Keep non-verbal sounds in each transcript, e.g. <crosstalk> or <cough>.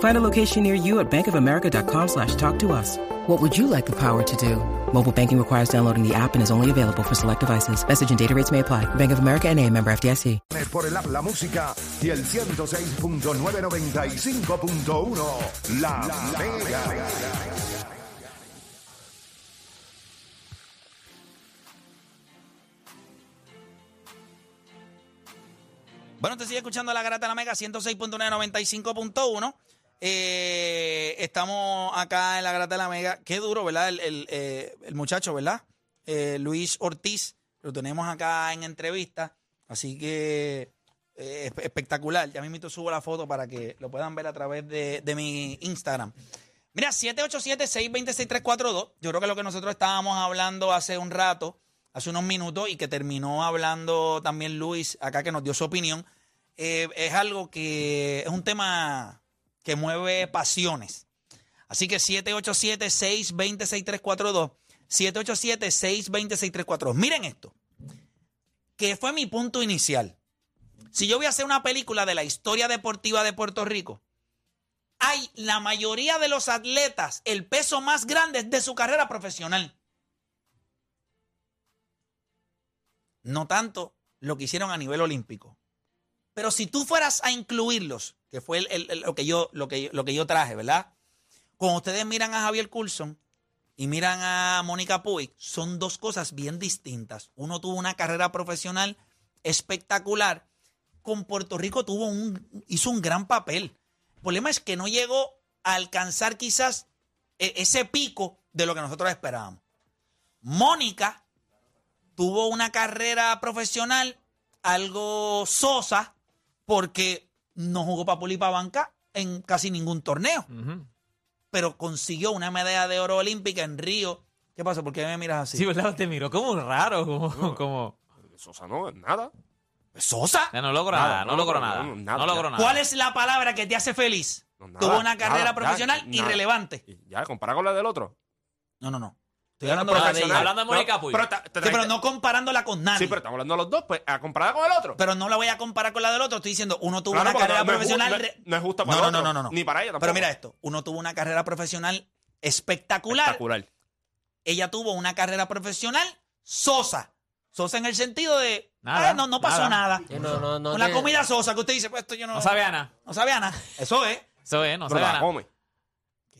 Find a location near you at bankofamerica.com slash talk to us. What would you like the power to do? Mobile banking requires downloading the app and is only available for select devices. Message and data rates may apply. Bank of America and a member FDIC. por el app La Música y el 106.995.1 La, Mega. Bueno, te sigue escuchando La Garata de la Mega 106.995.1. Eh, estamos acá en La Garata de la Mega. Qué duro, ¿verdad? El, el, eh, el muchacho, ¿verdad? Eh, Luis Ortiz. Lo tenemos acá en entrevista. Así que eh, esp- espectacular. Ya mismo subo la foto para que lo puedan ver a través de, de mi Instagram. Mira, 787-620-6342. Yo creo que lo que nosotros estábamos hablando hace un rato, hace unos minutos, y que terminó hablando también Luis acá, que nos dio su opinión, eh, es algo que es un tema que mueve pasiones. Así que 787-620-6342. 787-620-6342. Miren esto, que fue mi punto inicial. Si yo voy a hacer una película de la historia deportiva de Puerto Rico, hay la mayoría de los atletas, el peso más grande es de su carrera profesional. No tanto lo que hicieron a nivel olímpico. Pero si tú fueras a incluirlos, que fue el- el- el- lo, que yo, lo, que, yo- lo que yo traje, ¿verdad? Cuando ustedes miran a Javier Coulson y miran a Mónica Puig, son dos cosas bien distintas. Uno tuvo una carrera profesional espectacular. Con Puerto Rico tuvo un, hizo un gran papel. El problema es que no llegó a alcanzar quizás e- ese pico de lo que nosotros esperábamos. Mónica tuvo una carrera profesional algo sosa porque no jugó para Pulipabanca en casi ningún torneo. Pero consiguió una medalla de oro olímpica en Río. ¿Qué pasa? ¿Por qué me miras así? Sí, pues, ¿verdad? Te miró como raro, como... como Sosa no, nada. ¿Sosa? ya no logró Nada, nada, no, no, logró no, nada. No, no, nada, logró ya. nada. ¿Cuál es la palabra que te hace feliz? No, nada, Tuvo una carrera nada, profesional nada. irrelevante. Y Ya, comparado con la del otro. No, no, no. Estoy hablando de la de profesional. ella. hablando de Mónica Puig. Pero, ta- te Sí, pero trajiste- no comparándola con nadie. sí, pero estamos hablando de los dos, pues, a comparada con el otro. Pero no la voy a comparar con la del otro. Estoy diciendo, uno tuvo Claro, una porque carrera no es ju- profesional. no es- re- no es justa para no, el no, otro, no, no, no. ni para ella Pero tampoco. mira esto: uno tuvo una carrera profesional espectacular. espectacular. Ella tuvo una carrera profesional sosa. Sosa en el sentido de. Nada, "Ah, no, no pasó nada. nada. Sí, no, no, no Una te- comida sosa que usted dice, pues esto yo no. No sabe Ana. no sabía nada. Eso es. Eso es, no Pero sabe la Ana. come.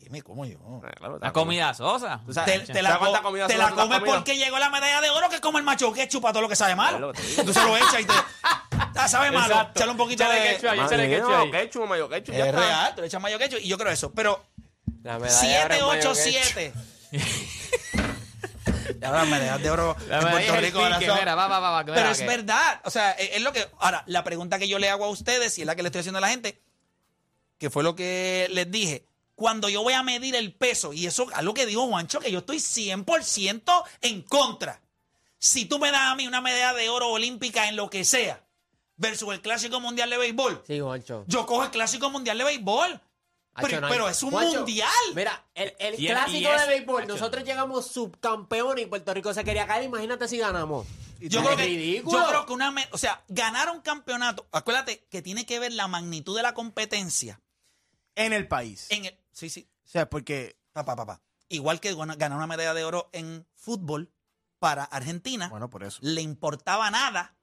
¿Qué me como yo? Ah, claro, La comida sosa. Te, te la, ¿Sabes cuánta co- comida te sosa la tú te has comes comido? porque llegó la medalla de oro que es como el macho que chupa todo lo que sabe Es malo. lo que te digo. Tú se lo echas y te. Ah, sabe malo. Echale un poquito Échale de. ketchup ahí, Mayo, échale ketchup ahí. ketchup, mayo ketchup, ya Es está. real, tú le echas mayo ketchup y yo creo eso. Pero La medalla de oro en mayo 787. Ya ahora me dejas de oro en La medalla Puerto es el Rico, ahora pique, son- mira, va, va, va, va, que Pero mira, es que- verdad. O sea, e, es, es lo que. Ahora, la pregunta que yo le hago a ustedes y es la que le estoy haciendo a la gente, que fue lo que les dije. Cuando yo voy a medir el peso, y eso es lo que dijo Juancho, que yo estoy 100% en contra. Si tú me das a mí una medalla de oro olímpica en lo que sea, versus el Clásico Mundial de Béisbol, Sí, Juancho. yo cojo el Clásico Mundial de Béisbol. Hacho, Pero, no hay- pero es un Juancho, mundial. Mira, el, el Y es- clásico y es- de béisbol, Hacho, nosotros llegamos subcampeones y Puerto Rico se quería caer. Imagínate si ganamos. Yo Es creo, que, ridículo. yo creo que una. me- O sea, ganar un campeonato. Acuérdate que tiene que ver la magnitud de la competencia. en el país. En el, sí, sí. O sea, porque Papá, papá. Igual que gana- ganar una medalla de oro en fútbol para Argentina, bueno, por eso. le importaba nada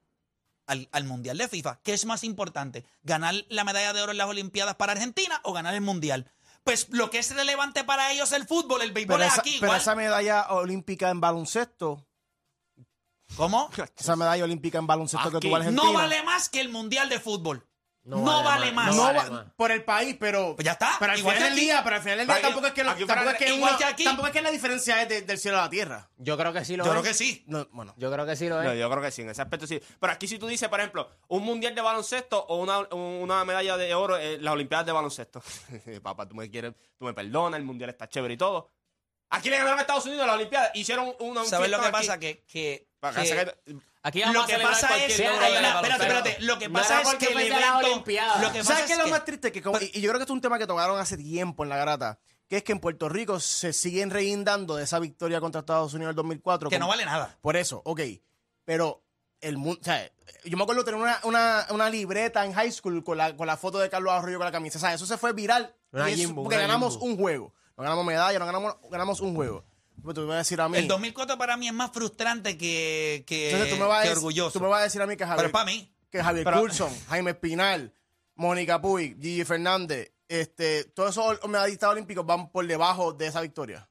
al, al Mundial de FIFA. ¿Qué es más importante? ¿Ganar la medalla de oro en las Olimpiadas para Argentina o ganar el Mundial? Pues lo que es relevante para ellos es el fútbol, el béisbol Pero es esa, aquí. pero igual. esa medalla olímpica en baloncesto <laughs> ¿Cómo? Esa medalla olímpica en baloncesto que Aquí. tuvo Argentina. No vale más que el Mundial de Fútbol. No, vale, más. No vale va- más. por el país, pero. Pues ya está. Pero al Igual final que del aquí. día, pero al final del día Aquí- tampoco es que, lo- aquí tampoco fuera- es que igual uno- que aquí. tampoco es que la diferencia es de- del cielo a la tierra. Yo creo que sí lo Yo es. creo que sí. No, bueno. Yo creo que sí lo No, es. yo creo que sí, en ese aspecto sí. Pero aquí si tú dices, por ejemplo, un mundial de baloncesto o una, una medalla de oro en las Olimpiadas de baloncesto. <laughs> Papá, tú me quieres, tú me perdonas, el mundial está chévere y todo. Aquí le ganaron a Estados Unidos las Olimpiadas, hicieron una... un ¿Sabes lo que fiestón aquí. pasa? Que, que, Para que que saque- Aquí vamos lo a que celebrar pasa cualquier es... logro Ay, del no, baloncesto. espérate, espérate. Lo que No pasa era es que porque el fuese la evento... Olimpiada. Lo que pasa ¿Sabes es qué es lo que- más triste? Que como- y yo creo que es un tema que tocaron hace tiempo en la grata, que es que en Puerto Rico se siguen reindando de esa victoria contra Estados Unidos en el 2004. que no como- vale nada. Por eso, ok. Pero el mundo, o sea, yo me acuerdo tener una, una, una libreta en high school con la, con la foto de Carlos Arroyo con la camisa. O sea, eso se fue viral. Una Y eso- Jimbo, porque una ganamos Jimbo. un juego. No ganamos medalla, no ganamos, ganamos un juego. Pero tú me vas a decir a mí. El 2004 para mí es más frustrante que, que, entonces tú me vas a que decir- orgulloso. Tú me vas a decir a mí que Javier, Pero es para mí. que Javier pero- Coulson, Jaime Espinal, Mónica Puig, Gigi Fernández, este, todos esos ol- medallistas olímpicos van por debajo de esa victoria.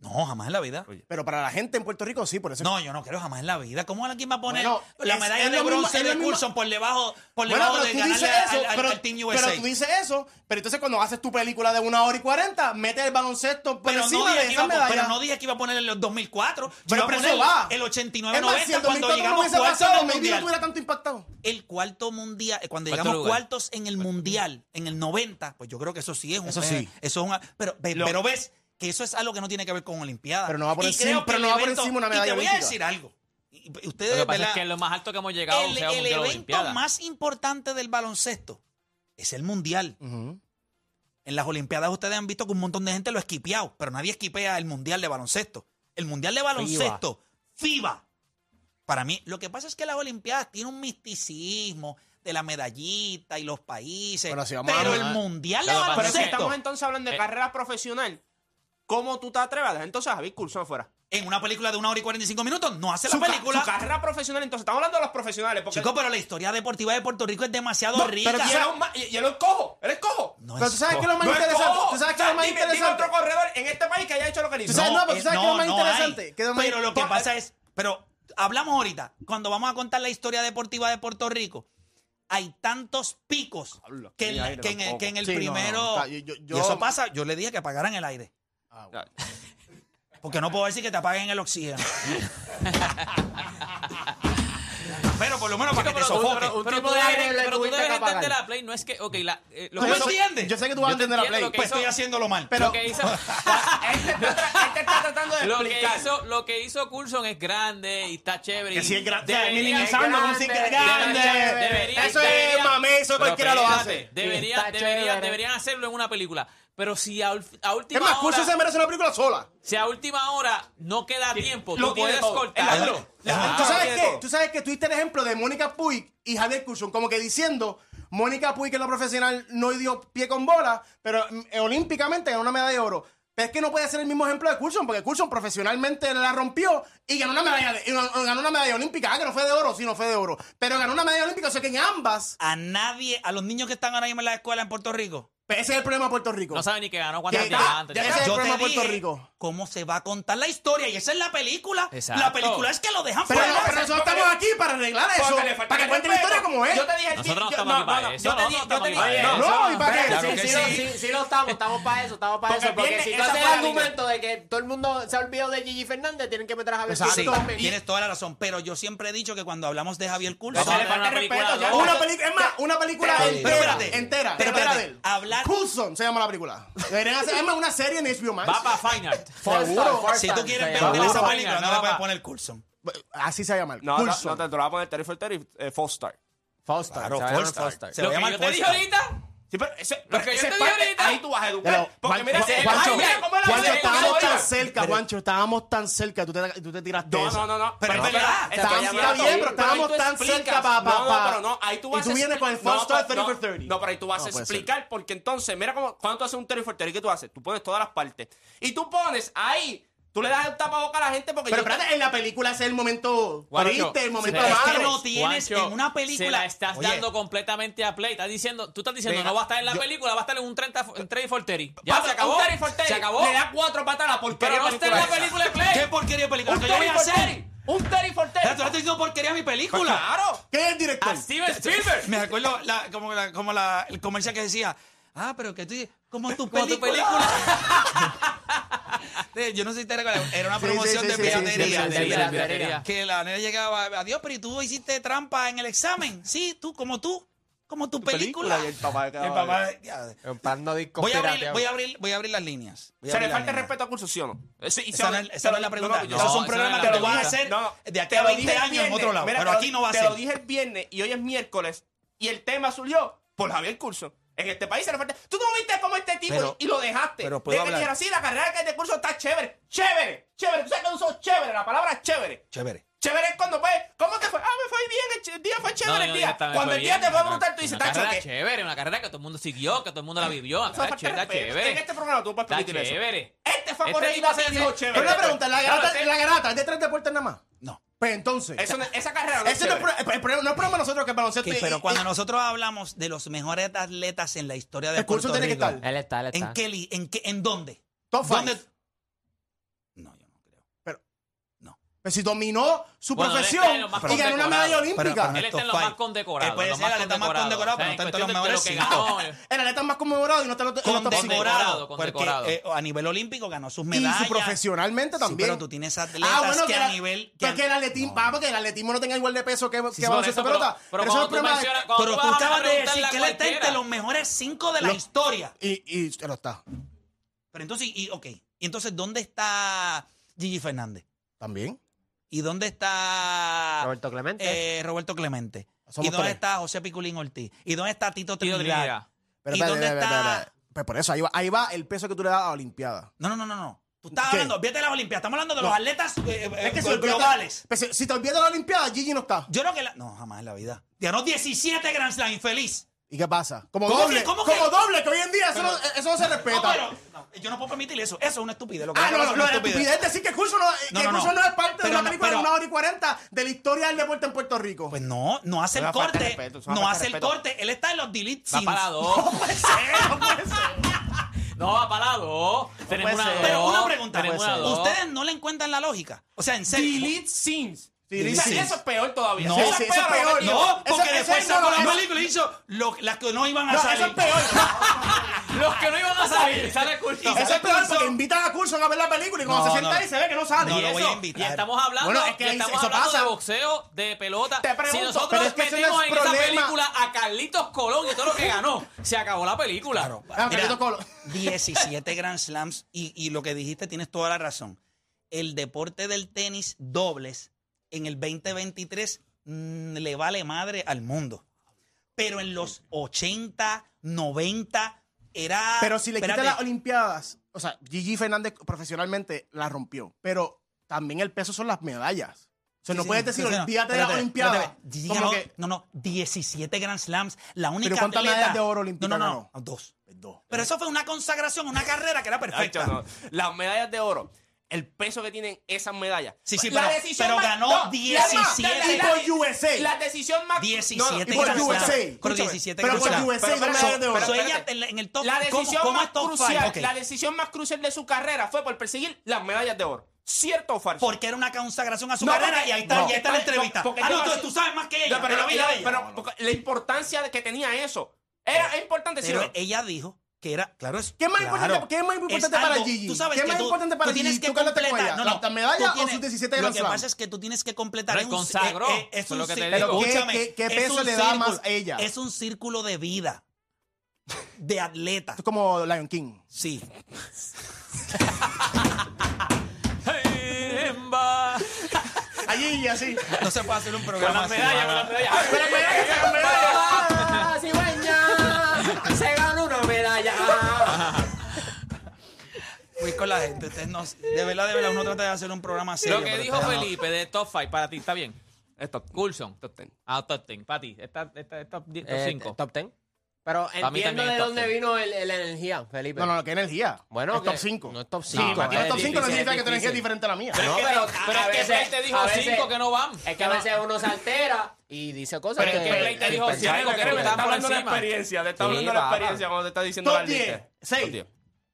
No, jamás en la vida. Pero para la gente en Puerto Rico sí, por eso. No, yo no creo jamás en la vida. ¿Cómo alguien va a poner Bueno, la es- medalla es de lo mismo- bronce es lo de mismo- Curson por debajo, por Bueno, debajo pero de tú dices ganarle eso, al, al- pero, al Team pero USA? tú dices eso, pero entonces cuando haces tu película de una hora y cuarenta, metes el baloncesto por Pero no, encima dije de que iba esa a, medalla. pero no dije que iba a poner el 2004. Yo Pero iba a por eso poner va. el Es más, si 89-90 el cuando 2004 no llegamos hubiese cuartos pasado, en el maybe no Mundial. tuviera tanto impactado. El cuarto mundial, eh, cuando Cuarto llegamos lugar. cuartos en el mundial, en el 90, pues yo creo que eso sí es un... Eso sí. Eso es un... Pero, ve- pero ves que eso es algo que no tiene que ver con Olimpiadas. Pero no va por Y encima- creo que pero el no va por evento- encima una y medalla te voy a olímpica. decir algo. Y- y Ustedes, Lo que pasa ¿verdad? es que es lo más alto que hemos llegado el, sea un el mundial o evento olimpiada. más importante del baloncesto es el mundial. En las Olimpiadas ustedes han visto que un montón de gente lo ha esquipeado, pero nadie esquipea el mundial de baloncesto. El mundial de baloncesto, FIBA. Para mí, lo que pasa es que las Olimpiadas tienen un misticismo de la medallita y los países. Pero Pero, si vamos a- el mundial de Lo que pasa es que Pero si baloncesto estamos entonces hablando de Eh. carrera profesional, ¿cómo tú te atreves? a dejar Entonces a Javier Curzón fuera. en una película de una hora y 45 minutos no hace Su, la ca- película. su carrera profesional, entonces estamos hablando de los profesionales. Porque Chicos, pero la historia deportiva de Puerto Rico es demasiado rica. pero y él es un ma- y- y él es cojo, él es cojo. No Pero es tú sabes que es lo más No es interesante. cojo. ¿Tú sabes O que es sea, lo más dime- dime interesante? otro corredor en este país que haya hecho lo que le hizo. ¿Tú sabes? No, no, pero tú eh, sabes que es lo más interesante, hay. que es lo más- pero lo que pa- pasa es, pero hablamos ahorita, cuando vamos a contar la historia deportiva de Puerto Rico, hay tantos picos Pablo, que ni en, la- aire que en el, tampoco. que en el Sí, no, no, primero... está- yo- yo- yo- y eso pasa, yo le dije que apagaran el aire. Ah, Porque no puedo decir que te apaguen el oxígeno. pero por lo menos para que te pero, sofoque. pero- pero tipo tú de debes, aire le pero tú tuviste debes que apagar. entender la play, no es que, ok, la, eh, lo ¿Tú que me hizo- entiendes? Yo sé que tú Yo vas a te entender la entiendo play. lo que pues hizo- estoy haciéndolo mal. pero- lo que hizo, Este está tra- este está tratando de lo que explicar. hizo, lo que hizo Coulson es grande y está chévere. Que y si es grande, debería- minimizando, como si es grande, grande. debería- debería- Eso es debería- mame, eso pero cualquiera lo espérate, hace. Debería, Está debería- chévere. deberían hacerlo en una película. Pero si a, ul- a última Es más, hora, Curso se merece una película sola. si a última hora no queda tiempo, tú lo tiene puedes todo. cortar. Hazlo. Ah, ¿Tú Ah, sabes quieto. qué? ¿Tú sabes que tuviste el ejemplo de Mónica Puig y Javier Curzon? Como que diciendo, Mónica Puig, que es la profesional, no dio pie con bola, pero mm, eh, olímpicamente ganó una medalla de oro. Pero es que no puede ser el mismo ejemplo de Curzon, porque Curzon profesionalmente la rompió y ganó una medalla, de- y no- ganó una medalla olímpica. Ah, que no fue de oro, sí, no fue de oro. Pero ganó una medalla olímpica, o sea que en ambas, A nadie, a los niños que están ahora mismo en la escuela en Puerto Rico, pues ese es el problema de Puerto Rico. no sabe ni que ganó cuántas Ya está, diamantes. ya ya está. está. el Yo te problema de Puerto dije Rico. ¿Cómo se va a contar la historia? Y esa es la película. Exacto. La película es que lo dejan pero, fuera. no, pero nosotros estamos aquí para arreglar eso, Porque le falta para que cuente la respeto. historia como es. Yo te dije a ti- Nosotros no yo- estamos aquí para eso, Yo te nosotros dije- yo estamos te aquí para dije- eso. no, ¿y para qué? Claro Sí, que sí, sí, no, sí. sí, sí lo estamos, estamos para eso, estamos para Porque eso. Porque viene si tú esa haces el fue la argumento de que todo el mundo se ha olvidado de Gigi Fernández, tienen que meter a Javier Exacto. Coulson Sí, también. tienes toda la razón. Pero yo siempre he dicho que cuando hablamos de Javier Curso. Vamos a le hacer falta una película respeto, ya. loca. Una película, es más, una película Pero entera, espérate, entera, pero entera espérate, de él. hablar- Coulson se llama la película. Deberían hacer, es más, una serie en HBO Max. Va para Fine <laughs> Art. Four seguro. star, four Ah, Si star, tú quieres se ver llama. vamos esa a película, bailar, no no le voy a vamos. poner Coulson. Así se llama. No, no, Coulson. no, te te lo voy a poner Terrible Terry, eh, Fall Star. Four star, Claro, se llama Four Star. Four star. Se lo va a que llamar yo te dije Foster. ahorita. Sí, pero ese, Lo que yo ese te dije parte- ahorita. ahí tú vas a educar. Pero, porque Juan- mira, ese- Juan- ay, Juancho, mira cómo es la Juancho, ley, estábamos oiga. tan cerca, Juancho, estábamos tan cerca. Tú te, tú te tiraste No, esa. no, no, no. Pero es verdad. espera, Está, espera, está espera, bien, ahí- pero ahí estábamos tú tan explicas. cerca pa- pa- No, pa- no, pero no, ahí tú Y vas tú a vienes con el expli- Fall no, Star pero- 30 for 30. No, pero ahí tú vas No, a puede ser. explicar, porque entonces, mira cómo, cuando tú haces un 30 for 30, ¿qué tú haces? Tú pones todas las partes. Y tú pones ahí, tú le das el tapaboca a la gente porque Pero yo- espérate, en la película ese es el momento Juancho, triste, el momento se la Es que malo. no tienes Juancho, en una Se película. la estás Oye, dando completamente a play. Estás diciendo, tú estás diciendo, Venga, no va a estar en la yo- película, va a estar en un 30 fo- en 30 for 30. Pablo, Ya se acabó. un 30 for 30, Se acabó. Le da cuatro patas a la porquería. Pero no está en la esa. película de ¿Qué play. porquería de película? Un ¿Qué yo voy a 30 for hacer? 30. Un Terry for Ya, Terry. Tú haces una porquería a mi película. Pues Claro. ¿Qué es el director? A Steven Spielberg. Me acuerdo la- como, la- como la- el comercial que decía, ah, pero que tú, como tu Como película. tu película. <laughs> Sí, Yo no sé si te recuerdas, era una Sí, sí, promoción sí, de sí, sí, piratería. sí, sí, sí, sí, piratería. Que la nena llegaba, adiós, pero ¿y tú hiciste trampa en el examen? Sí, tú, como tú, como tu, película. Y el papá El quedaba- papá- ya. Un par de discos Voy a, abrir, pirateados. voy, a abrir, voy a abrir las líneas. Voy a ¿Se le abrir las falta el líneas. respeto a curso, sí o no? Ese- y Esa se- no, es- esa no es la pregunta. yo- Eso es No, un esa no programa es que la lo vas a pregunta. hacer No, de aquí Ah, te a lo 20 dije el años en viernes. otro lado. Mira, pero te lo- aquí no va a Te ser. lo dije el viernes y hoy es miércoles y el tema surgió por Javier Curso. En este país se le falta. Tú no viste cómo este tipo Pero- y lo dejaste. pero puedo De que hablar. dijera, sí, la carrera que este curso está chévere. Chévere, chévere. Tú sabes que usó chévere, la palabra chévere. Chévere. Chévere es cuando pues, ¿cómo te fue? Ah, me fue bien, el ch- el día fue chévere No, el no, día. está- me Cuando el día bien. te fue Una- brutal, tú dices, una está carrera chévere. chévere, una carrera que todo el mundo siguió, que todo el mundo la vivió. Una carrera chévere, está En chévere. este programa tú puedes Está permitir eso. chévere. Este fue Este por ahí tipo y tiene- dijo Pero chévere. una pregunta, la Claro, garata, sí. la garata es de tres deportes nada más. No. Pues entonces. Eso no- esa carrera no es ese no es, chévere. pro- el problema- no es problema de nosotros que el baloncesto. Que- y- pero y- cuando nosotros hablamos de los mejores atletas en la historia de eh, El curso Puerto tiene que Rico, estar. Él está, él está. ¿En qué, li- en qué- en dónde? Top five. ¿Dónde? No, yo no creo. Pues si dominó su Bueno, este es profesión lo más y ganó una condecorado. medalla Pero- pero olímpica. no Él está en top los más five. condecorados. Él puede los ser el atleta más condecorado, O sea, pero no está entre los en cuestión de- de mejores lo que ganó. El atleta más conmemorado y no está en los- en los top cinco. Condecorado, Condecorado, condecorado. porque eh, a nivel olímpico ganó sus Y medallas. su profesionalmente Sí, también. pero tú tienes atletas que a Ah, la- nivel... pero que el atletismo, ah, porque el atletismo no tenga igual de peso que, que baloncesto Por eso, pelota. Pero, eso es pero, el problema. de- No. Pero tú acabas de decir que él le está entre los mejores cinco de la Lo- historia. Y, y pero está. Pero entonces, y, ok. Y entonces, ¿dónde está Gigi Fernández? También. ¿Y dónde está Roberto Clemente. eh, Roberto Clemente? Somos ¿Y dónde tres. está José Piculín Ortiz? ¿Y dónde está Tito Trinidad? Trinidad. Pero ¿Y espérate, dónde espérate, está? espérate, espérate. Pues por eso, ahí va, ahí va el peso que tú le das a la Olimpiada. No, no, no, no, no. Tú estás ¿Qué? hablando, vete de las Olimpiadas, estamos hablando de los No. atletas eh, eh, Es que si, olvidas- globales. pues si- si te olvidas de la Olimpiada, Gigi no está. Yo creo que la. No, jamás en la vida. Ganó 17 Grand Slam, infeliz. ¿Y qué pasa? Como ¿Cómo doble. que- cómo que- como doble, que hoy en día eso, Pero- no, eso no se No, respeta. Ah, pero. no, yo no puedo permitir eso. Eso es una estupidez. Lo que Ah, no, yo creo no, que no, es una la estupidez. estupidez es decir que el curso no, que No, el no, curso no. no es parte de Pero una no, película pero- de una hora y cuarenta de la historia del deporte en Puerto Rico. Pues no, no hace el Una falta de corte. respeto, es una No falta de hace el respeto. corte. Él está en los delete Va scenes. para la dos. No puede ser, no puede ser. No, va para la dos. Tenemos puede una ser. dos. Pero una pregunta. Tenemos una dos. Ustedes no le encuentran la lógica. O sea, en serio. Delete scenes. Delete O sea, scenes. Eso es peor todavía. No, eso sí, es peor. peor. Roberto. No, Eso- porque eso después es sacó la peor. película y hizo lo- las que no iban a No, salir. eso es peor. Los que no iban a salir, sale curso. Eso es peor porque invitan a Curson a ver la película y cuando No, se sienta no. ahí se ve que no sale. No, Y lo voy eso- a Y invitar. estamos hablando, Bueno, es que y estamos eso hablando pasa. de boxeo, de pelota. Te pregunto, si pero nosotros es que ese no metimos es en problema. esa película a Carlitos Colón y todo lo que ganó, se acabó la película. Ah, Mira, Carlito Colo. 17 Grand Slams y, y lo que dijiste tienes toda la razón. El deporte del tenis dobles en el 2023 mm, le vale madre al mundo. Pero en los 80, 90 era... Pero si le quitas espérate, las Olimpiadas, o sea, Gigi Fernández profesionalmente la rompió, pero también el peso son las medallas. O sea, Sí, no sí, puedes decir sí, sí, no. Olimpiada de Espérate, la Olimpiada. espérate. Gigi Como ganó- que No, no, 17 Grand Slams. La única ¿Pero cuántas atleta- medallas de oro olímpica No, no, no, ganó? dos. Dos. Pero eso fue una consagración, una carrera que era perfecta. Nacho, no. Las medallas de oro, el peso que tienen esas medallas. Sí, sí, La pero- decisión pero más- ganó la- la- 17. Y por USA. La decisión más... 17 y por Grand USA. Slam. Escúchame, Por 17 pero Grand por Slam. USA Pero, y dos pero, medallas de pero, oro. So, pero, ella espérate. en, la- en el top La ¿cómo- decisión, cómo más es top crucial, five? Ok. la decisión más crucial de su carrera fue por perseguir las medallas de oro. ¿Cierto o falso? Porque era una consagración a su No, carrera porque- y ahí está, no. y ahí está la Porque- entrevista. porque ah, yo no, tú, así- tú sabes más que ella. No, pero, de la no, vida no, de ella. pero porque la importancia de que tenía eso. Era importante, sí, Pero no? ella dijo que era, claro, es ¿Qué es más claro. importante- qué es más importante para algo- Gigi? Tú sabes ¿Qué es que más tú- importante para tú tienes Gigi? que ¿Tú qué le te completar, cuelgas? no, no. ¿La- la medalla Tú o tienes- sus 17 Lo Grand que Slam? pasa es que tú tienes que completar es Pero un- consagró, eh, eh, es fue un lo que te cir- digo. pero ¿Qué- escúchame, qué- qué es peso un le da círculo- más a ella? Es un círculo de vida de atleta. Es como Lion King. Sí. Emba. Allí y así. No se puede hacer un Con progrema las así, medallas, con mano. las medallas. Ay, pero- Ah, cigüeña, se ganó una medalla. Fui con la gente. Ustedes no, de verdad, de verdad, uno trata de hacer un programa así. Lo que dijo Felipe de Top 5 para ti está bien. Esto. Coulson. Top ten. Ah, Top 10. Para ti. Esta, esta, esta, top 10, top Eh, 5. Top 10. Pero Pa' mí entiendo también de es top dónde ten. vino el- el- la energía, Felipe. No, no, no, qué energía. Bueno, es top que- 5. no es top Sí, cinco, para ti no es es top 5 no difícil, significa es que tu energía es difícil. diferente a la mía. No, pero, pero a es que veces- Blake te dijo a veces- 5 que no van. Es que a veces uno se altera y dice cosas Pero que... es que Blake te sin dijo pensar cinco, lo que creo que tú- está Está por hablando de encima. experiencia, te está Sí, hablando de papá. experiencia cuando te está diciendo Top las listas. 10, seis. Top 10.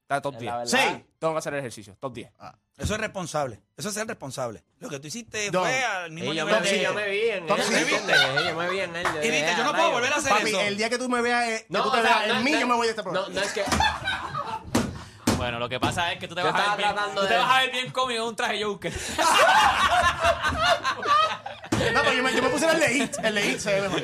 Está top Es 10. la verdad. Sí, tengo que hacer el ejercicio. Top 10. Eso es responsable. Eso es ser responsable. Lo que tú hiciste No. fue al mismo Y yo nivel me, de... vi, yo me vi en Top él. cinco. ¿viste? Yo me vi en él. Y viste, yo no puedo volver a hacer Papi, eso. el día que tú me veas, eh, que tú te o veas sea, en mí, no- yo me voy de este programa. No, no es que. Bueno, lo que pasa es que tú te Yo vas a estaba ver bien. tratando Tú te de- vas a ver bien cómico en un traje Joker. No, pero yo me, yo me puse el de It. El de It se ve mejor.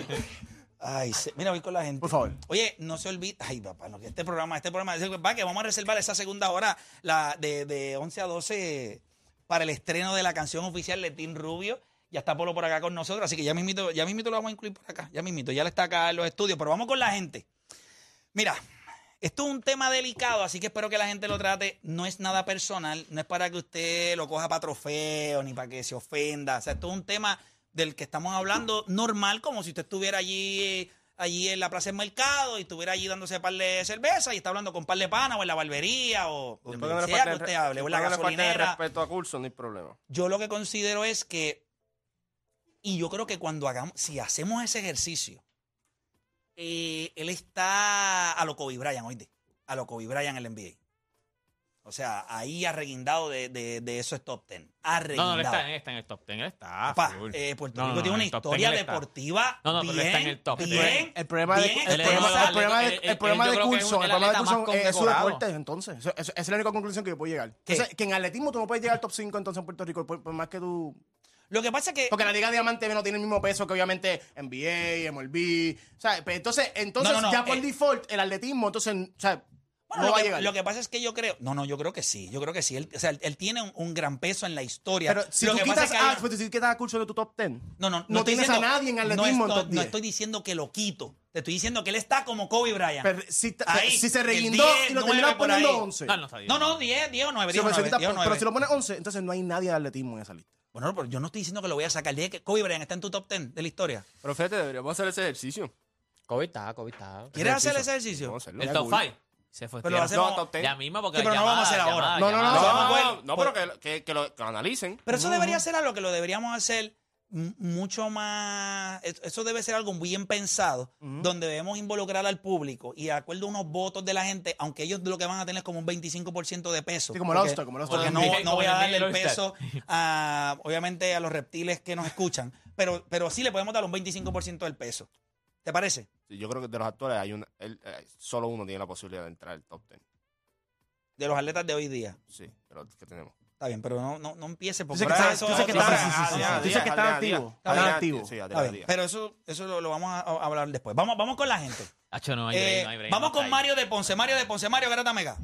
Ay, se- mira, voy con la gente. Por favor. Oye, no se olvide. Ay, papá, no, que este programa, este programa, va que vamos a reservar esa segunda hora, la de, de 11 a 12, para el estreno de la canción oficial de Tim Rubio. Ya está Polo por acá con nosotros, así que ya mismito, ya mismito lo vamos a incluir por acá. Ya mismito, ya le está acá en los estudios, pero vamos con la gente. Mira, esto es un tema delicado, así que espero que la gente lo trate. No es nada personal, no es para que usted lo coja para trofeo ni para que se ofenda. O sea, esto es un tema del que estamos hablando normal, como si usted estuviera allí, allí en la plaza del mercado y estuviera allí dándose par de cerveza y está hablando con par de pana o en la barbería o donde Después que no sea le que falten usted re- hable, o en la después que no le falten el gasolinera. respeto a curso, no hay problema. Yo lo que considero es que, y yo creo que cuando hagamos, si hacemos ese ejercicio, eh, él está a lo Kobe Bryant, oíste, a lo Kobe Bryant en el NBA. O sea, ahí arreguindado de, de, de esos top ten. No, Arreguindado. no, él está, él está en el top 10. Él Ah, está. Pa, full. eh, Puerto No, Rico no, no, tiene en una el top historia 10 él está. deportiva. No, no, pero bien, él está en el top 10. Bien, El problema de, bien el problema de- explotado. el problema de- el Él- él- problema él- de yo creo que es Coulson, un- el el problema de atleta más Coulson es, es su condecorado. deporte, entonces. Eso- eso- esa es la única conclusión que yo puedo llegar. ¿Qué? Entonces, que en atletismo tú no puedes llegar al top 5 entonces en Puerto Rico, por, por más que tú... Lo que pasa es que. Porque la Liga Diamante no tiene el mismo peso que obviamente NBA, MLB, ¿sabes? Pero pues, entonces, entonces No, no, no, ya por eh. default, el atletismo, entonces, ¿sabes? Bueno, no lo, va a que, llegar. lo que pasa es que yo creo. No, no, yo creo que sí. Yo creo que sí. Él, o sea, él, él tiene un, un gran peso en la historia. Pero si Lo tú que pasa es quitas que hay- a, pues, pero si quitas a Coulson de tu top 10, No, no, no, estoy tienes diciendo- a nadie en no atletismo estoy- en top 10. No estoy diciendo que lo quito. Te estoy diciendo que él está como Kobe Bryant. Pero si, te- Ahí, si se el reguindó 10, y lo 9 terminas por ahí. poniendo 11. No, él no está bien. No, no, 10, 10 o 9. Si 10 o lo 9, necesitas, 10 o pero 9. si lo pones 11, entonces no hay nadie de atletismo en esa lista. Bueno, pero yo no estoy diciendo que lo voy a sacar. Dije que Kobe Bryant está en tu top 10 de la historia. Pero fíjate, deberíamos hacer ese ejercicio. COVID está, COVID está. ¿Quieres hacer ese ejercicio? Vamos a hacerlo. El top 5. Se fue. Pero lo tierra. hacemos- No, top 10. Ya misma, porque Sí, pero la no lo vamos a hacer llamada, ahora. llamada, No, no, no, llamada. no, No, Samuel, no, no, pero que, que, que lo, que lo analicen. Pero eso debería ser algo que lo deberíamos hacer m- mucho más. es- Eso debe ser algo muy bien pensado, donde debemos involucrar al público y de acuerdo a unos votos de la gente, aunque ellos lo que van a tener es como un 25% de peso. Sí, como el Porque- All-Star, como el All-Star. Porque no, Como el- no como voy el a darle el All-Star. peso, a, obviamente, a los reptiles que nos escuchan, pero, pero sí le podemos dar un 25% del peso. ¿Te parece? Sí, Yo creo que de los actuales hay una, él, eh, solo uno tiene la posibilidad de entrar al top 10. De los atletas de hoy día. Sí, pero que tenemos. Está bien, pero no, no, no empiece Tú porque dices que ahora está- eso- tú dices que eso- está- eso- sí, sí, sí, eso- sí, eso- Ah, sí. Tú dices que está activo, está activo. Sí, Está bien, adelante. pero eso, eso lo, lo vamos a, a hablar después. Vamos, vamos con la gente. Acho, no hay Eh, break, no hay break, vamos no con está ahí. Mario de Ponce. Mario de Ponce. Mario Garata Mega.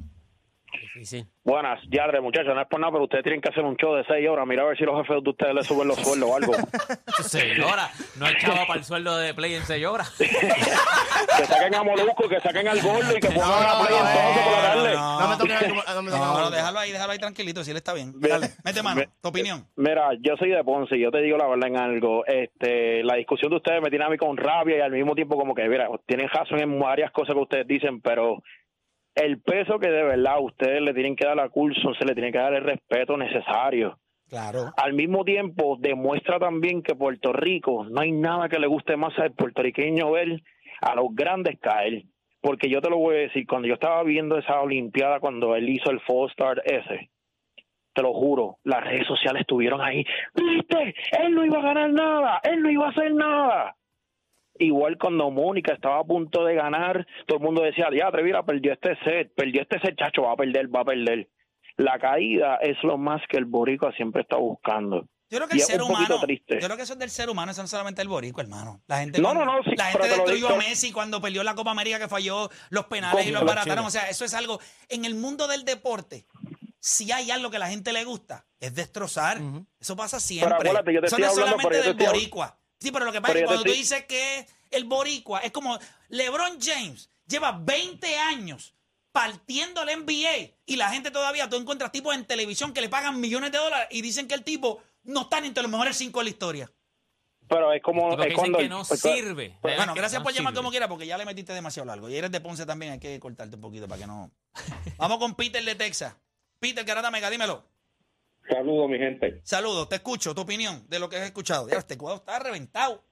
Difícil. Buenas, Yadre, muchachos, no es por nada, pero ustedes tienen que hacer un show de seis horas. Mira a ver si los jefes de ustedes les suben los sueldos o algo. Señora, no hay chavo para el sueldo de Play en 6 horas. que saquen a Molusco, que saquen al gordo y que pongan a la playa entonces por la tarde. No me toques algo- no me toques No, no, algo. déjalo ahí, déjalo ahí tranquilito, si él está bien. Ve- Dale, mete mano, ve- tu opinión. Mira, yo soy de Ponce y yo te digo la verdad en algo. Este, la discusión de ustedes me tiene a mí con rabia y al mismo tiempo como que, mira, tienen razón en varias cosas que ustedes dicen, pero el peso que de verdad ustedes le tienen que dar a Coulson, se le tiene que dar el respeto necesario. Claro. Al mismo tiempo, demuestra también que Puerto Rico no hay nada que le guste más al puertorriqueño ver a los grandes caer. Porque yo te lo voy a decir, cuando yo estaba viendo esa Olimpiada, cuando él hizo el Fall Start ese, te lo juro, las redes sociales estuvieron ahí. ¿Viste? Él no iba a ganar nada, él no iba a hacer nada. Igual cuando Mónica estaba a punto de ganar, todo el mundo decía, ya, mira, perdió este set, perdió este set, chacho, va a perder, va a perder. La caída es lo más que el boricua siempre está buscando. Yo creo que Y el es ser un poquito humano. triste. Yo creo que eso es del ser humano, eso no es solamente el borico, hermano. La gente, No, no, no, sí, la gente pero te lo destruyó a digo. Messi cuando perdió la Copa América que falló los penales y los Contra los barataron. O sea, eso es algo. En el mundo del deporte, si hay algo que la gente le gusta, es destrozar. Eso pasa siempre. acuérdate, yo te eso estoy no es hablando, solamente pero yo te del estoy hab- boricua. Sí, pero lo que pasa Pero es que yo te cuando tú estoy- dices que es el boricua, es como LeBron James lleva 20 años partiendo el NBA y la gente todavía, tú encuentras tipos en televisión que le pagan millones de dólares y dicen que el tipo no está ni entre los mejores cinco de la historia. Pero es como... Porque es dicen cuando que pues, no sirve. Pero- bueno, gracias No por llamar sirve. como quiera porque ya le metiste demasiado largo. Y eres de Ponce también, hay que cortarte un poquito para que no... Vamos con Peter de Texas. Peter Garata Mega, dímelo. Saludos, mi gente. <laughs> Saludos, te escucho, tu opinión de lo que has escuchado. Ya, este cuadro está reventado.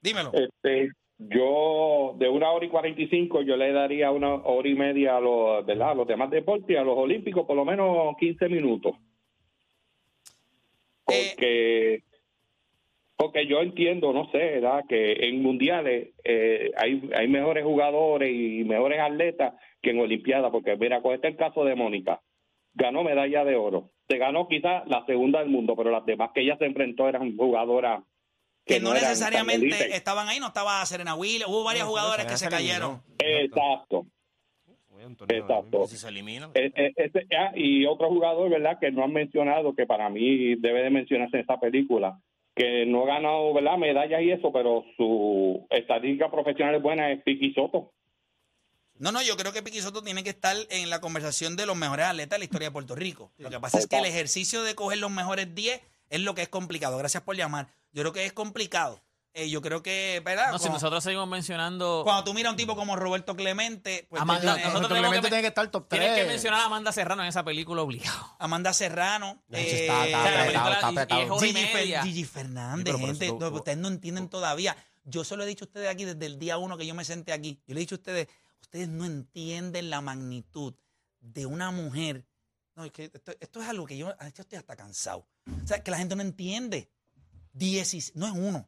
Dímelo. Este, Yo, de una hora y 45, yo le daría una hora y media a los, ¿verdad? A los demás deportes, a los olímpicos, por lo menos 15 minutos. Eh, Porque, porque yo entiendo, no sé, ¿verdad? Que en mundiales eh, hay, hay mejores jugadores y mejores atletas que en Olimpiadas. Porque, mira, con este el caso de Mónica. Ganó medalla de oro. Se ganó quizás la segunda del mundo, pero las demás que ella se enfrentó eran jugadoras que no, eran tan elites. necesariamente estaban ahí, no estaba Serena Will, hubo varias jugadoras que se cayeron. Exacto. Exacto. Pues Si se elimina. Eh, eh, ese- ah, y otro jugador, ¿verdad? Que no han mencionado, que para mí debe de mencionarse en esta película, que no ha ganado, ¿verdad? Medallas y eso, pero su estadística profesional es buena, es Piqui Soto. No, no, yo creo que Piqui Soto tiene que estar en la conversación de los mejores atletas de la historia de Puerto Rico. Lo que pasa es que el ejercicio de coger los mejores 10 es lo que es complicado. Gracias por llamar. Yo creo que es complicado. Eh, yo creo que, ¿verdad? No, si cuando, nosotros seguimos mencionando. cuando tú miras a un tipo como Roberto Clemente, pues tú Amanda, tienes- nosotros Roberto tenemos Clemente que- tiene que estar top 3. Tienes que mencionar a Amanda Serrano en esa película obligado. Amanda Serrano, hecho, eh, o está- está sea, la apretado, película- está apretado. y- y es hora y Gigi Fer- media. Gigi Sí, Fernández, pero por gente, eso tú- no, ustedes no entienden todavía. Yo se lo he dicho a ustedes aquí desde el día uno que yo me senté aquí. Yo le he dicho a ustedes, ustedes no entienden la magnitud de una mujer. No, es que esto, esto es algo que yo, yo estoy hasta cansado. O sea, que la gente no entiende. Diecis- no es uno,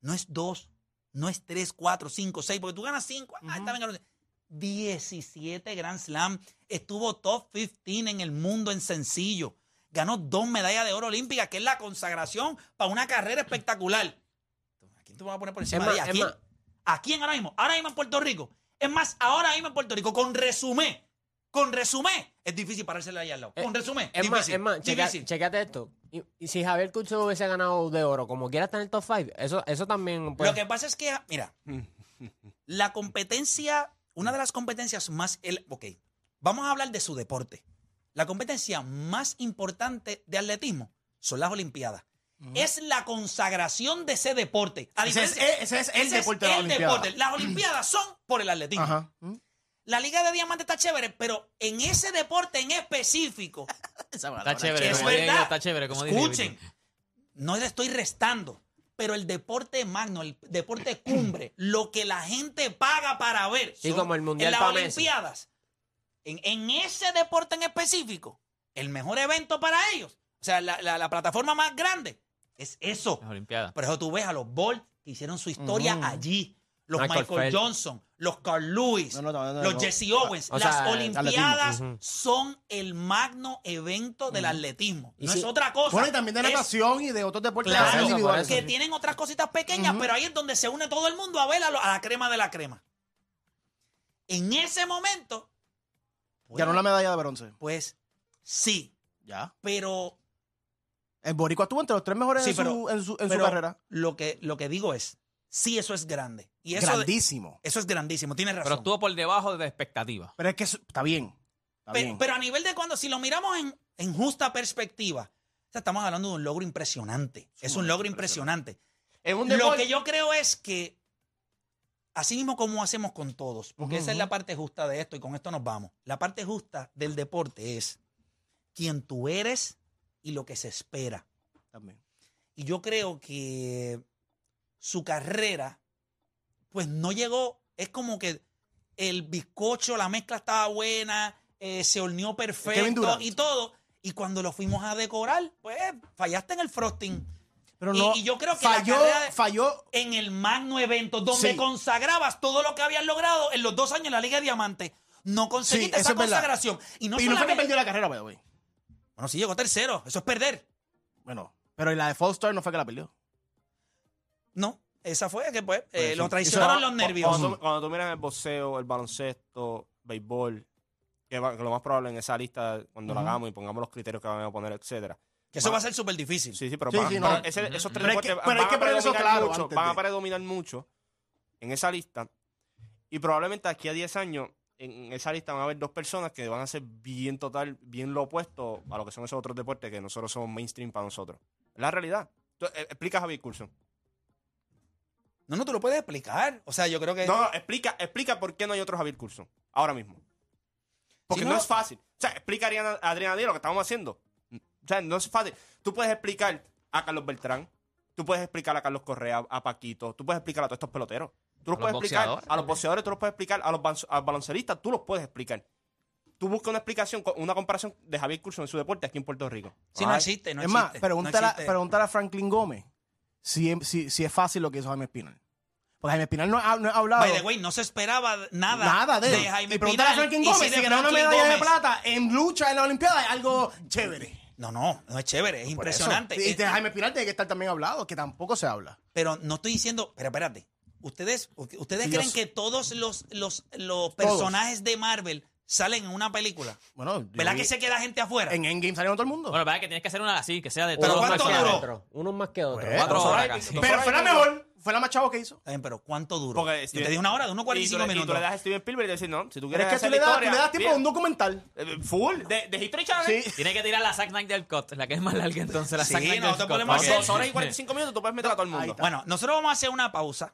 no es dos, no es tres, cuatro, cinco, seis, porque tú ganas cinco. Ah, está bien, ganó- 17 Grand Slam, estuvo top 15 en el mundo en sencillo, ganó dos medallas de oro olímpicas, que es la consagración para una carrera espectacular. ¿A quién tú vas a poner por encima Es de ella? más, ¿A es quién? más. ¿A quién ahora mismo? Ahora mismo en Puerto Rico. Es más, ahora mismo en Puerto Rico, con resumé, con resumé, es difícil parársela ahí al lado. Eh, Con resumé, Es más, difícil, es más, checa- difícil. checate esto. Y, y si Javier Curso hubiese ganado de oro, como quiera estar en el top 5, eso, eso también puede- Lo que pasa es que, ah, <laughs> mira, la competencia, una de las competencias más. El, ok, vamos a hablar de su deporte. La competencia más importante de atletismo son las Olimpiadas. Es la consagración de ese deporte. A Ese es- e, diferencia- ese es el ese deporte de las el Olimpiadas. deporte. <clears throat> Las Olimpiadas son por el atletismo. Ajá. La Liga de Diamante está chévere, pero en ese deporte en específico, Está chévere, es como diría yo, verdad. está chévere, como diría Escuchen, Vicky. no le estoy restando, pero el deporte magno, el deporte cumbre, lo que la gente paga para ver. Sí, como el Mundial En las pa' Messi. Olimpiadas. En, en ese deporte en específico, el mejor evento para ellos, o sea, la, la- la plataforma más grande, es eso. Las Olimpiadas. Por eso tú ves a los Bolt que hicieron su historia allí. Los Michael Michael, Phelps. Johnson, los Carl Lewis, No, no, no, no, Ah, los no. Jesse Owens. O Las sea, atletismo. Olimpiadas Ujú. son el magno evento del atletismo. Y No si- es otra cosa. Bueno, y también de Es- natación y de otros deportes Claro, de por individuales. eso. que tienen otras cositas pequeñas, pero ahí es donde se une todo el mundo a ver a, lo- a la crema de la crema. En ese momento, pues, Ganó la medalla de bronce. pues, sí, Ya. pero, El Boricua estuvo entre los tres mejores Sí, en, su, pero- en, su, en su pero carrera. Lo, que, lo que digo es, sí, eso es grande. Y eso, de- Grandísimo. eso es grandísimo, tienes razón. Pero estuvo por debajo de expectativas. Pero es que eso- está bien. Está Pe- bien. Pero a nivel de cuando, si lo miramos en, en justa perspectiva, o sea, estamos hablando de un logro impresionante. Es un logro impresionante. Es un Lo deporte. que yo creo es que, así mismo como hacemos con todos, porque esa es la parte justa de esto y con esto nos vamos. La parte justa del deporte es quien tú eres y lo que se espera. También. Y yo creo que su carrera, pues no llegó. Es como que el bizcocho, la mezcla estaba buena, eh, se horneó Kevin perfecto Durant. y todo. Y cuando lo fuimos a decorar, pues fallaste en el frosting. Pero Y- no, y yo creo que la falló, carrera de- falló En el magno evento, donde Sí. consagrabas todo lo que habías logrado en los dos años en la Liga de Diamante, no conseguiste Sí, eso esa es verdad. consagración. Y no, y no fue que solamente- perdió la carrera, by the way. Bueno, sí llegó tercero, eso es perder. Bueno, pero la de Foster no fue que la perdió. No, esa fue que pues, eh, Sí. lo Eso- traicionaron los cu- nervios. Cuando tú, cuando tú miras el boxeo, el baloncesto, béisbol, que, va- que lo más probable en esa lista, cuando la hagamos y pongamos los criterios que vamos a poner, etcétera. Que eso va a ser súper difícil. Sí, sí, pero, Sí, van- sí, pero no. ese- esos tres Pero hay que- deportes pero hay van, que a poner eso predominar claro mucho, antes van a de- predominar mucho en esa lista. Y probablemente aquí a 10 años, en esa lista van a haber dos personas que van a ser bien total, bien lo opuesto a lo que son esos otros deportes que nosotros somos mainstream para nosotros. Es la realidad. Tú, eh, explica, Javier Curso. No, no, tú lo puedes explicar. O sea, yo creo que. No, no, explica, explica por qué no hay otro Javier Curso ahora mismo. Porque Si no, no- es fácil. O sea, explica a Adriana, a Adriana Díaz lo que estamos haciendo. O sea, no es fácil. Tú puedes explicar a Carlos Beltrán, tú puedes explicar a Carlos Correa, a Paquito, tú puedes explicar a todos estos peloteros. Tú Tú los, A los puedes explicar. boxeadores A los boxeadores tú los puedes explicar. A los ban- a los baloncelistas tú los puedes explicar. Tú buscas una explicación, co- una comparación de Javier Curso en su deporte aquí en Puerto Rico. Si no existe, no es existe. más, pregúntale, no a- existe. pregúntale a Franklin Gómez si, es- si, si es fácil lo que hizo Jaime Espinal. Porque Jaime Espinal no ha, no ha hablado By the way, no se esperaba nada, nada de, él. Jaime y pregúntale a Pinal Franklin y Gómez sí de si ganó una Franklin medalla de Gómez. plata en lucha en la Olimpiada es algo chévere. No, no, no es chévere, es Por eso. impresionante. Y Eh, de Jaime Espinal tiene que estar también hablado, que tampoco se habla. Pero no estoy diciendo, pero espérate, ustedes, ustedes Sí, yo creen sé. que todos los, los, los personajes de Marvel salen en una película. Bueno, yo ¿Verdad vi- que se queda gente afuera? En Endgame salieron todo el mundo. Bueno, verdad que tienes que hacer una así, que sea de Pero todos ¿cuánto los que duró? personajes. otros, unos más que otros. Pues, Cuatro dos horas horas. casi. Pero fue la mejor, fue la más chavo que hizo. Está bien, pero ¿cuánto duró? Porque Yo te di una hora, de unos 45 y tú le- Y tú minutos. le das a Steven Spielberg y le dices, no, si tú Pero quieres es que tú hacer le la das, tú historia, le das tiempo a un documental. bien. Eh, Full, de, de History Channel. Sí. Tiene que tirar la Zack Knight del Cut, la que es más larga entonces, la Sí, Zack Knight no, del te Cut. podemos Más Vamos. hacer- dos horas y 45 minutos tú puedes meter a todo el Ahí mundo. está. Bueno, nosotros vamos a hacer una pausa.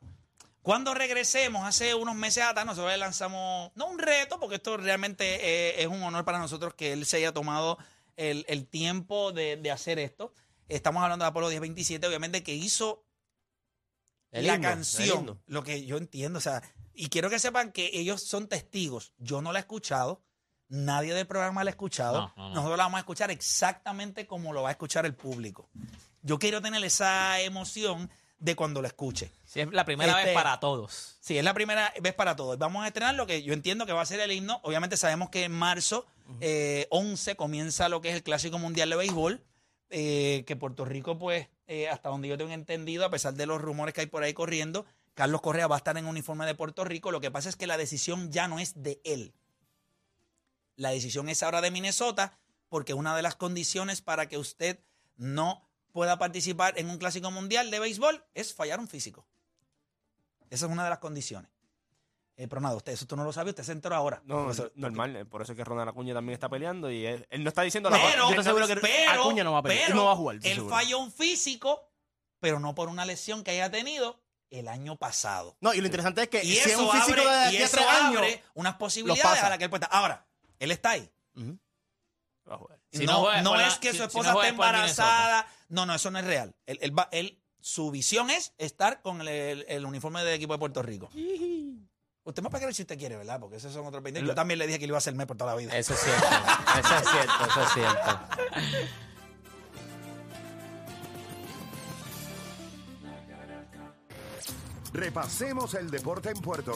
Cuando regresemos, hace unos meses atrás, nosotros le lanzamos, no un reto, porque esto realmente eh, es un honor para nosotros que él se haya tomado el, el tiempo de, de hacer esto. Estamos hablando de Apolo 1027, obviamente, que hizo El la himno, el canción, himno. lo que yo entiendo. O sea, y quiero que sepan que ellos son testigos. Yo no la he escuchado, nadie del programa la ha escuchado. No, no, no. Nosotros la vamos a escuchar exactamente como lo va a escuchar el público. Yo quiero tener esa emoción de cuando la escuche. Sí, es la primera Este- vez para todos. Sí, es la primera vez para todos. Vamos a estrenar lo que yo entiendo que va a ser el himno. Obviamente sabemos que en marzo eh, 11 comienza lo que es el Clásico Mundial de Béisbol, eh, que Puerto Rico, pues, eh, hasta donde yo tengo entendido, a pesar de los rumores que hay por ahí corriendo, Carlos Correa va a estar en uniforme de Puerto Rico. Lo que pasa es que la decisión ya no es de él. La decisión es ahora de Minnesota, porque una de las condiciones para que usted no pueda participar en un Clásico Mundial de Béisbol es fallar un físico. Esa es una de las condiciones. Eh, pero nada, usted, eso tú no lo sabes, usted se enteró ahora. No, Profesor. normal. eh, Por eso es que Ronald Acuña también está peleando y él, él no está diciendo la Pero, yo estoy seguro que pero, Acuña no va a pelear, pero no va a jugar, estoy Él seguro. falló un físico, pero no por una lesión que haya tenido el año pasado. No, y lo interesante es que Y Eh, si es eso un físico abre, de y aquí a eso tres años, abre unas posibilidades pasa. a las que él puede estar. Ahora, él está ahí. Pero, Si no no juega no por la- es que si- su si esposa no juega esté por Minnesota. embarazada. No, no, eso no es real. Él, él va- él- su visión es estar con el, el- el uniforme del equipo de Puerto Rico. Usted me paga si usted quiere, ¿verdad? Porque esos son otros pendientes. Yo también le dije que le iba a hacer mes por toda la vida. Eso es cierto, eso es cierto, eso es cierto. Repasemos el deporte en Puerto